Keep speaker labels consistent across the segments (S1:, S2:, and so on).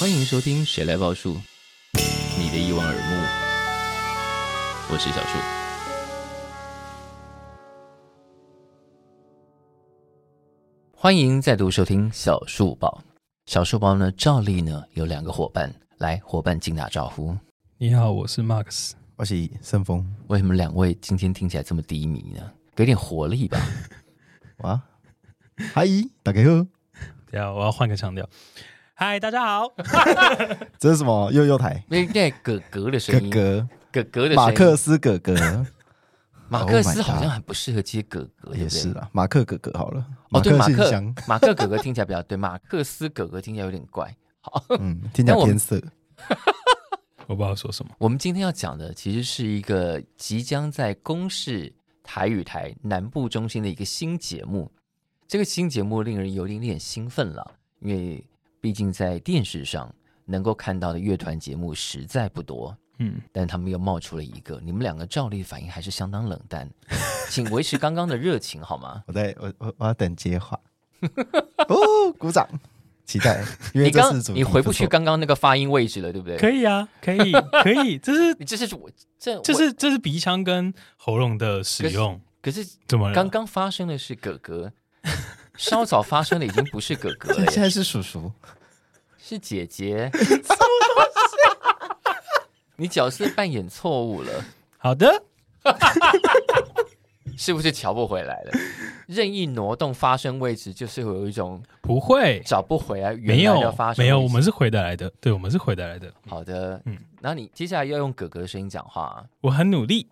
S1: 欢迎收听《谁来报数》，你的一望而目，我是小树。欢迎再度收听小树报。小树报呢，照例呢有两个伙伴，来，伙伴请打招呼。
S2: 你好，我是 Max。
S3: 我是盛峰。
S1: 为什么两位今天听起来这么低迷呢？给点活力吧。
S3: 哇，嗨，大家好，
S2: 等一下我要换个腔调。嗨，大家好。
S3: 这是什么幼幼台？
S1: 那那哥哥的
S3: 哥
S1: 声音，
S3: 哥，
S1: 哥哥的声音
S3: 马克思哥哥
S1: 马克
S3: Oh
S1: 思
S3: my
S1: 好像
S3: God
S1: 很不适合接哥哥， 对
S3: 也
S1: 不
S3: 是
S1: 对？
S3: 啦，马克哥哥好了，
S1: 哦，对，马
S3: 信
S1: 克
S3: 箱，
S1: 马克哥哥听起来比较对，马克思哥哥听起来有点怪。
S3: 嗯，听起来 偏色，
S2: 我不知道说什么。
S1: 我们今天要讲的其实是一个即将在公视台语台南部中心的一个新节目。这个新节目令人有一点点兴奋了，因为毕竟在电视上能够看到的乐团节目实在不多，
S2: 嗯，
S1: 但他们又冒出了一个。你们两个照例反应还是相当冷淡，请维持刚刚的热情好吗？
S3: 我在我我我要等接 话。哦，鼓掌，期待，因为
S1: 你
S3: 这
S1: 刚
S3: 次主题
S1: 你回不
S3: 错
S1: 去刚刚那个发音位置了，对不对？
S2: 可以啊，可 以，可以。这是
S1: 你这是我这
S2: 这
S1: 我
S2: 是这是鼻腔跟喉咙的使用，
S1: 可是
S2: 怎么了？
S1: 刚刚发生的是哥哥， 稍早发生的已经不是哥哥了
S3: 哎
S1: 耶，
S3: 现在是叔叔，
S1: 是姐姐。
S2: 啊
S1: 你角色扮演错误了，
S2: 好的，
S1: 是不是瞧不回来了？任意挪动发声位置，就是会有一种
S2: 不会，
S1: 找不回来原
S2: 没
S1: 来的
S2: 有
S1: 发声位置。
S2: 没有，我们是回得来的。对，我们是回得来的。
S1: 好的，嗯
S2: 嗯，
S1: 然后你接下来要用哥哥的声音讲话啊，
S2: 我很努力。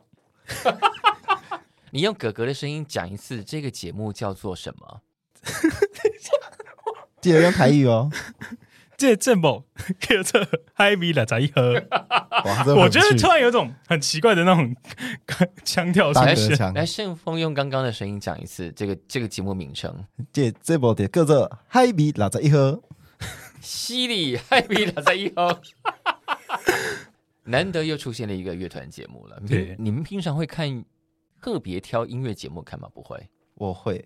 S1: 你用哥哥的声音讲一次这个节目叫做什么？
S3: 记得用台 语哦。
S2: 这正 宝，这这嗨米了，咋一喝？
S3: 哇
S2: 我觉得突
S3: 这
S2: 然有种很奇怪的那种 腔调出
S3: 大
S1: 来
S3: 哥
S2: 现。
S3: 强，
S1: 来，盛峰用刚刚的声音讲一次这个这个节目名称。
S3: 这这部的叫做嗨米六十一号，
S1: 犀利嗨皮两三一哦， 难得又出现了一个乐团节目了。你
S2: 对
S1: 们你们平常会看特别挑音乐节目看吗？不会。
S3: 我会。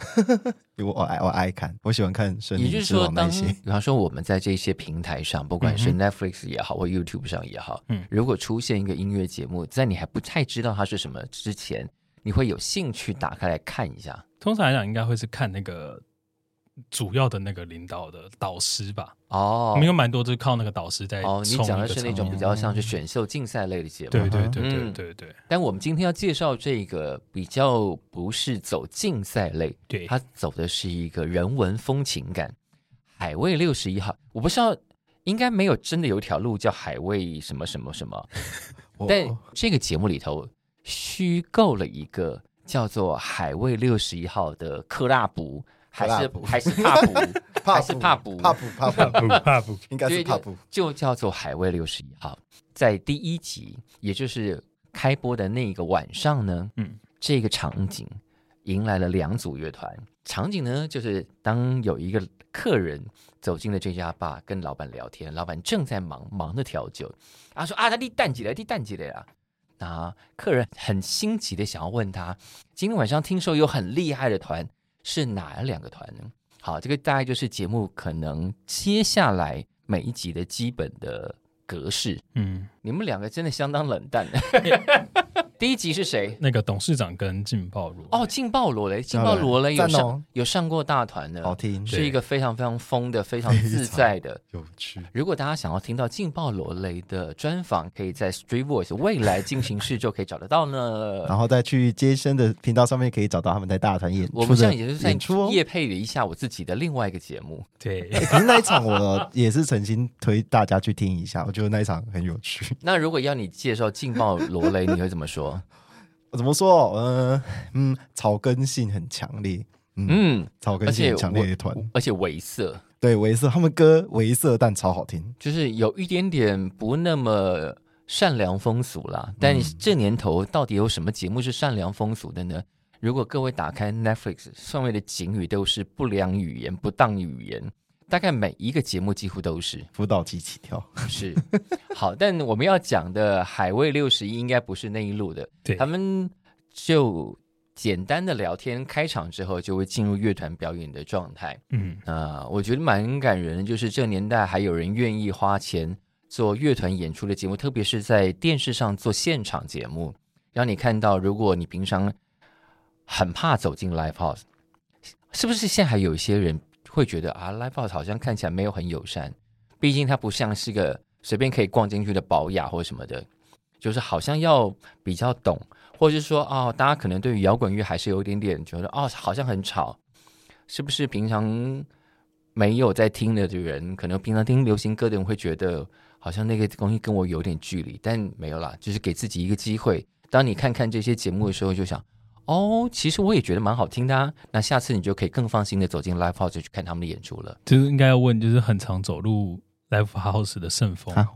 S3: 我我爱我爱看，我喜欢看森
S1: 也
S3: 林
S1: 就是
S3: 之
S1: 说
S3: 王，那
S1: 当
S3: 些
S1: 比方说我们在这些平台上，不管是
S2: 嗯
S1: Netflix 也好，或 YouTube 上也好，
S2: 嗯
S1: 如果出现一个音乐节目，在你还不太知道它是什么之前，你会有兴趣打开来看一下。
S2: 通常来讲，应该会是看那个主要的那个领导的导师吧。我
S1: 哦
S2: 们有蛮多就是靠那个导师在
S1: 哦，你
S2: 冲
S1: 讲的
S2: 一个
S1: 是那
S2: 场
S1: 种
S2: 面
S1: 比较像是选秀竞赛类的节目，
S2: 对对
S3: 嗯
S2: 对对
S1: 嗯
S2: 对对
S1: 但我们今天要介绍这个比较不是走竞赛类，
S2: 对
S1: 它走的是一个人文风情感。海味六十一号，我不知道，应该没有真的有一条路叫海味什么什么什么，
S3: 我
S1: 但这个节目里头虚构了一个叫做海味六十一号的克拉布，还
S3: 克
S1: 是
S3: 拉布
S1: 还是帕布，还是帕
S3: 怕
S1: 布，
S3: 怕不 怕不，
S2: 不怕不，
S3: 应该
S1: 对
S3: 是
S1: 就
S3: 怕不。
S1: 就叫做《海味六十一号》。在第一集，也就是开播的那个晚上呢，
S2: 嗯，
S1: 这个场景迎来了两组乐团。场景呢，就是当有一个客人走进了这家吧，跟老板聊天，老板正在忙忙着调酒，啊说啊，他立蛋几了，立蛋几了啊。那客人很心急的想要问他，今天晚上听说有很厉害的团，是哪两个团呢？好，这个大概就是节目可能接下来每一集的基本的格式。
S2: 嗯，
S1: 你们两个真的相当冷淡。第一集是谁？
S2: 那个董事长跟劲爆乳
S1: 哦，，劲爆罗雷，劲
S3: 劲
S1: 爆
S3: 爆
S1: 罗
S3: 罗
S1: 雷
S3: 雷
S1: 有
S3: 赞
S1: 上、
S3: 哦
S1: 有上过大团的，
S3: 好听，
S1: 是一个非常非常疯的、非常自在的。
S3: 有趣。
S1: 如果大家想要听到劲爆罗雷的专访，可以在 Street Voice 未来进行式就可以找得到呢。
S3: 然后再去接生的频道上面可以找到他们在大团演
S1: 我
S3: 出
S1: 们这
S3: 的
S1: 样也是在
S3: 演出哦。
S1: 夜配了一下我自己的另外一个节目。
S2: 对，
S3: 可是那一场 我也是诚心推大家去听一下，我觉得那一场很有趣。
S1: 那如果要你介绍劲爆罗雷，你会怎么说？
S3: 我怎么说？嗯嗯，草根性很强烈， 嗯，
S1: 嗯，
S3: 草根
S1: 而且
S3: 性很强烈的团，
S1: 而且猥色，
S3: 对维瑟他们歌维瑟，但超好听。
S1: 就是有一点点不那么善良风俗啦。但这年头到底有什么节目是善良风俗的呢？如果各位打开 Netflix 上面的警语都是不良语言、不当语言，大概每一个节目几乎都是
S3: 辅导机起跳，
S1: 是好，但我们要讲的海味六十一应该不是那一路的，
S2: 对
S1: 他们就简单的聊天，开场之后就会进入乐团表演的状态。
S2: 嗯，
S1: 啊、我觉得蛮感人的，就是这个年代还有人愿意花钱做乐团演出的节目，特别是在电视上做现场节目，让你看到，如果你平常很怕走进 live house，是不是现在还有一些人会觉得啊，live house 好像看起来没有很友善，毕竟它不像是个随便可以逛进去的保雅或什么的，就是好像要比较懂，或者是说哦，大家可能对于摇滚乐还是有一点点觉得哦，好像很吵。是不是平常没有在听的人，可能平常听流行歌的人会觉得好像那个东西跟我有点距离，但没有啦，就是给自己一个机会。当你看看这些节目的时候，就想哦，其实我也觉得蛮好听的、啊。那下次你就可以更放心的走进 live house 去看他们的演出了。
S2: 就是应该要问，就是很常走入 Live House 的盛峰，
S3: 啊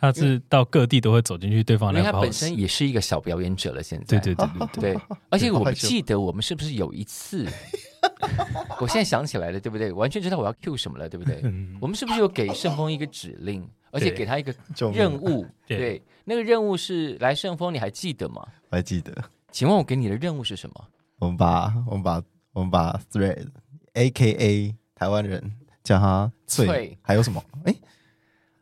S2: 他是到各地都会走进去对方
S1: 因为
S2: Live
S1: 他本身
S2: House。
S1: 也是一个小表演者了，现在哦
S2: 对对对对对，
S1: 对，而且我
S3: 好
S1: 们
S3: 害羞
S1: 记得我们是不是有一次， 我现在想起来了，对不对？完全知道我要 cue 什么了，对不 对？
S2: 嗯，
S1: 我们是不是有给盛峰一个指令，而且
S2: 对
S1: 给他一个
S3: 救命
S1: 任务？
S2: 对
S1: 对，那个任务是来盛峰，你还记得吗？
S3: 我还记得，
S1: 请问我给你的任务是什么？
S3: 我们把我们把我们把 Thread A K A 台湾人叫他翠，
S1: 翠
S3: 还有什么？哎、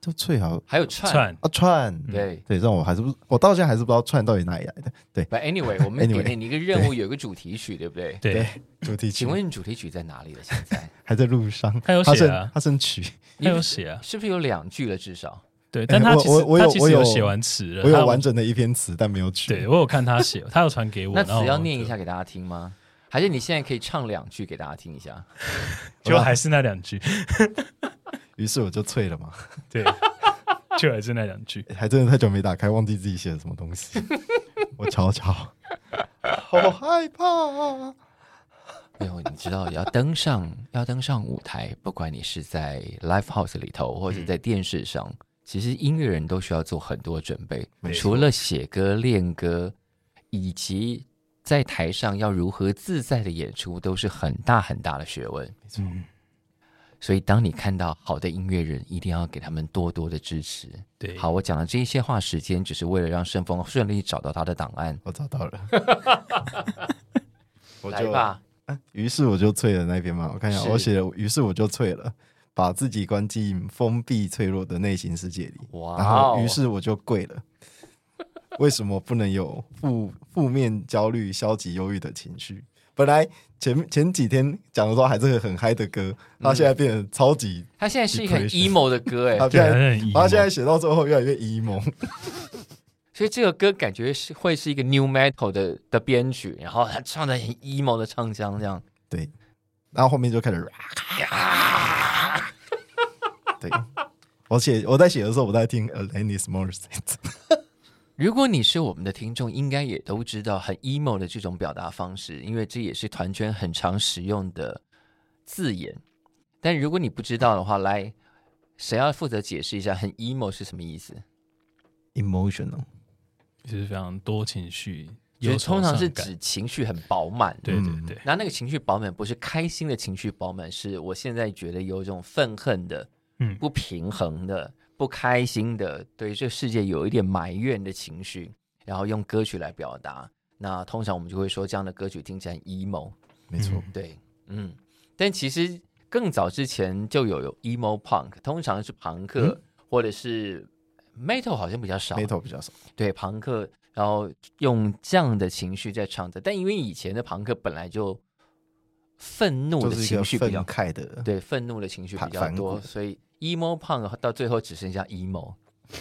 S3: 叫翠好
S1: 还有串，
S2: 串
S3: 啊串，
S1: 对。
S3: 对，让我还是不，我到现在还是不知道串到底哪里来的
S1: But anyway，我们
S3: Anyway，
S1: 给了你一个任务，有一个主题曲，对不对？
S2: 对，
S3: 主题曲。
S1: 请问主题曲在哪里了？现在
S3: 还在路上，
S2: 他有
S3: 他
S2: 写
S3: 剩
S2: 啊
S3: 他剩曲，
S2: 他有写啊，
S1: 是不是有两句了？至少
S2: 对，但他其
S3: 哎我
S2: 实
S3: 我我有
S2: 他其
S3: 我
S2: 实
S3: 有
S2: 有写完词了，
S3: 我
S2: 他
S3: 有完整的一篇词，但没有曲。
S2: 对我有看他写， 他有传给我，
S1: 那
S2: 然后
S1: 词
S2: 我
S1: 要念一
S2: 就，
S1: 下给大家听吗？还是你现在可以唱两句给大家听一下？
S2: 就还是那两句，
S3: 于是我就脆了嘛，
S2: 对，就还是那两句，
S3: 还真的太久没打开，忘记自己写了什么东 西。我瞧瞧，好害怕啊！
S1: 没有，哎你知道要登上 要登上舞台，不管你是在 live house 里头，或者
S3: 嗯
S1: 在电视上，其实音乐人都需要做很多准备，
S3: 没错
S1: 除了写歌、练歌，以及在台上要如何自在的演出，都是很大很大的学问。
S2: 嗯，
S1: 所以，当你看到好的音乐人，一定要给他们多多的支持。
S2: 对，
S1: 好，我讲的这些话时间，只是为了让盛峰顺利找到他的档案。
S3: 我找 到了，我
S1: 来
S3: 就
S1: 吧，
S3: 于是我就脆了那篇嘛，我看一下，
S1: 是
S3: 我写了，于是我就脆了，把自己关进封闭脆弱的内心世界里。
S1: 哇哦
S3: 然后于是我就跪了。为什么不能有负负面焦虑、消极忧郁的情绪？本来前前几天讲的时候还是个很嗨的歌，他现在
S1: 嗯
S3: 变得超级，
S1: 他现在是一个很
S3: Depression
S1: emo 的歌，哎，
S3: 他
S2: 对，
S3: 现
S2: 还
S3: 在，
S2: 是很
S3: 他现
S2: emo
S3: 在写到最后越来越 emo。
S1: 所以这个歌感觉是会是一个 new metal 的的编曲，然后他唱的很 emo 的唱腔这样。
S3: 对，然后后面就开始，对。我写我在写的时候，我在听 Alanis Morissette，
S1: 如果你是我们的听众，应该也都知道很 emo 的这种表达方式，因为这也是团圈很常使用的字眼。但如果你不知道的话，来，谁要负责解释一下很 emo 是什么意思？
S3: emotional，
S2: 就是非常多情绪，
S1: 就是
S2: 忧愁
S1: 通常是
S2: 伤感
S1: 指情绪很饱满，
S2: 对对
S3: 嗯
S2: 对，
S1: 那那个情绪饱满不是开心的情绪饱满，是我现在觉得有一种愤恨的、
S2: 嗯
S1: 不平衡的、不开心的，对这世界有一点埋怨的情绪，然后用歌曲来表达。那通常我们就会说，这样的歌曲听起来很 emo。
S3: 没错，
S2: 嗯
S1: 对，嗯，但其实更早之前就有有 emo punk，通常是朋克、或者是 metal，好像比较少。
S3: 眉头比较少，
S1: 对朋克，然后用这样的情绪在唱的。但因为以前的朋克本来就愤怒
S3: 就
S1: 的
S3: 是一个
S1: 情绪
S3: 愤
S1: 比较，
S3: 慨的，
S1: 对愤怒的情绪比
S3: 反
S1: 较
S3: 反
S1: 多，
S3: 骨
S1: 所以 emo punk 到最后只剩下 emo。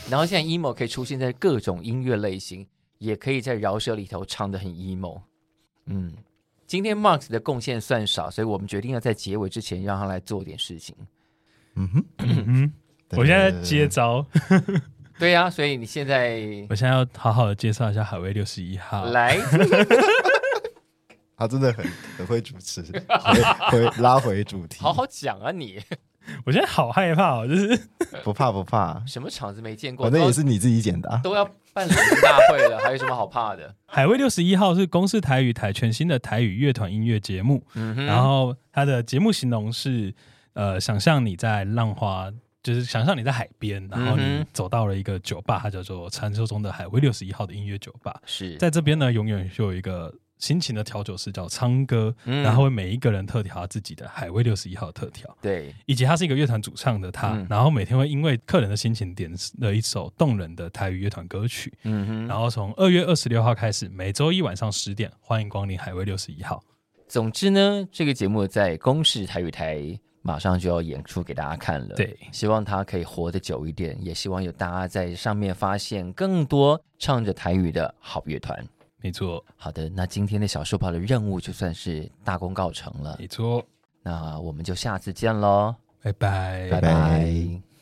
S1: 然后现在 emo 可以出现在各种音乐类型，也可以在饶舌里头唱的很 emo。嗯，今天 Marks 的贡献算少，所以我们决定要在结尾之前让他来做点事情。
S3: 嗯哼，
S2: 嗯，我现在接招，
S1: 对呀、所以你现 在
S2: 我现在要好好的介绍一下海威六十一号，
S1: 来，
S3: 他真的很很会主持，回回拉回主题，
S1: 好好讲啊你，
S2: 我现在好害怕哦， 就是
S3: 不怕不怕，
S1: 什么场子没见过？
S3: 反正
S1: 都
S3: 也是你自己剪的、啊。
S1: 都要办联谊大会了，还有什么好怕的？
S2: 海威六十一号是公视台语台全新的台语乐团音乐节目，
S1: 嗯哼
S2: 然后它的节目形容是呃，想象你在浪花，就是想象你在海边，然后
S1: 嗯
S2: 你
S1: 哼
S2: 走到了一个酒吧，它叫做传说中的海威六十一号的音乐酒吧，
S1: 是
S2: 在这边呢，永远就有一个新型的调酒师叫昌哥，
S1: 嗯
S2: 然后会每一个人特调他自己的海威六十一号特调，
S1: 对，
S2: 以及他是一个乐团主唱的他，
S1: 嗯
S2: 然后每天会因为客人的心情点呃了一首动人的台语乐团歌曲，
S1: 嗯哼，
S2: 然后从二月二十六号开始，每周一晚上十点，欢迎光临海威六十一号。
S1: 总之呢，这个节目在公视台语台马上就要演出给大家看了。
S2: 对
S1: 希望它可以活得久一点，也希望有大家在上面发现更多唱着台语的好乐团。
S2: 没错，
S1: 好的，那今天的小书包的任务就算是大功告成了，
S2: 没错，
S1: 那我们就下次见喽，
S2: 拜拜
S3: 拜
S1: 拜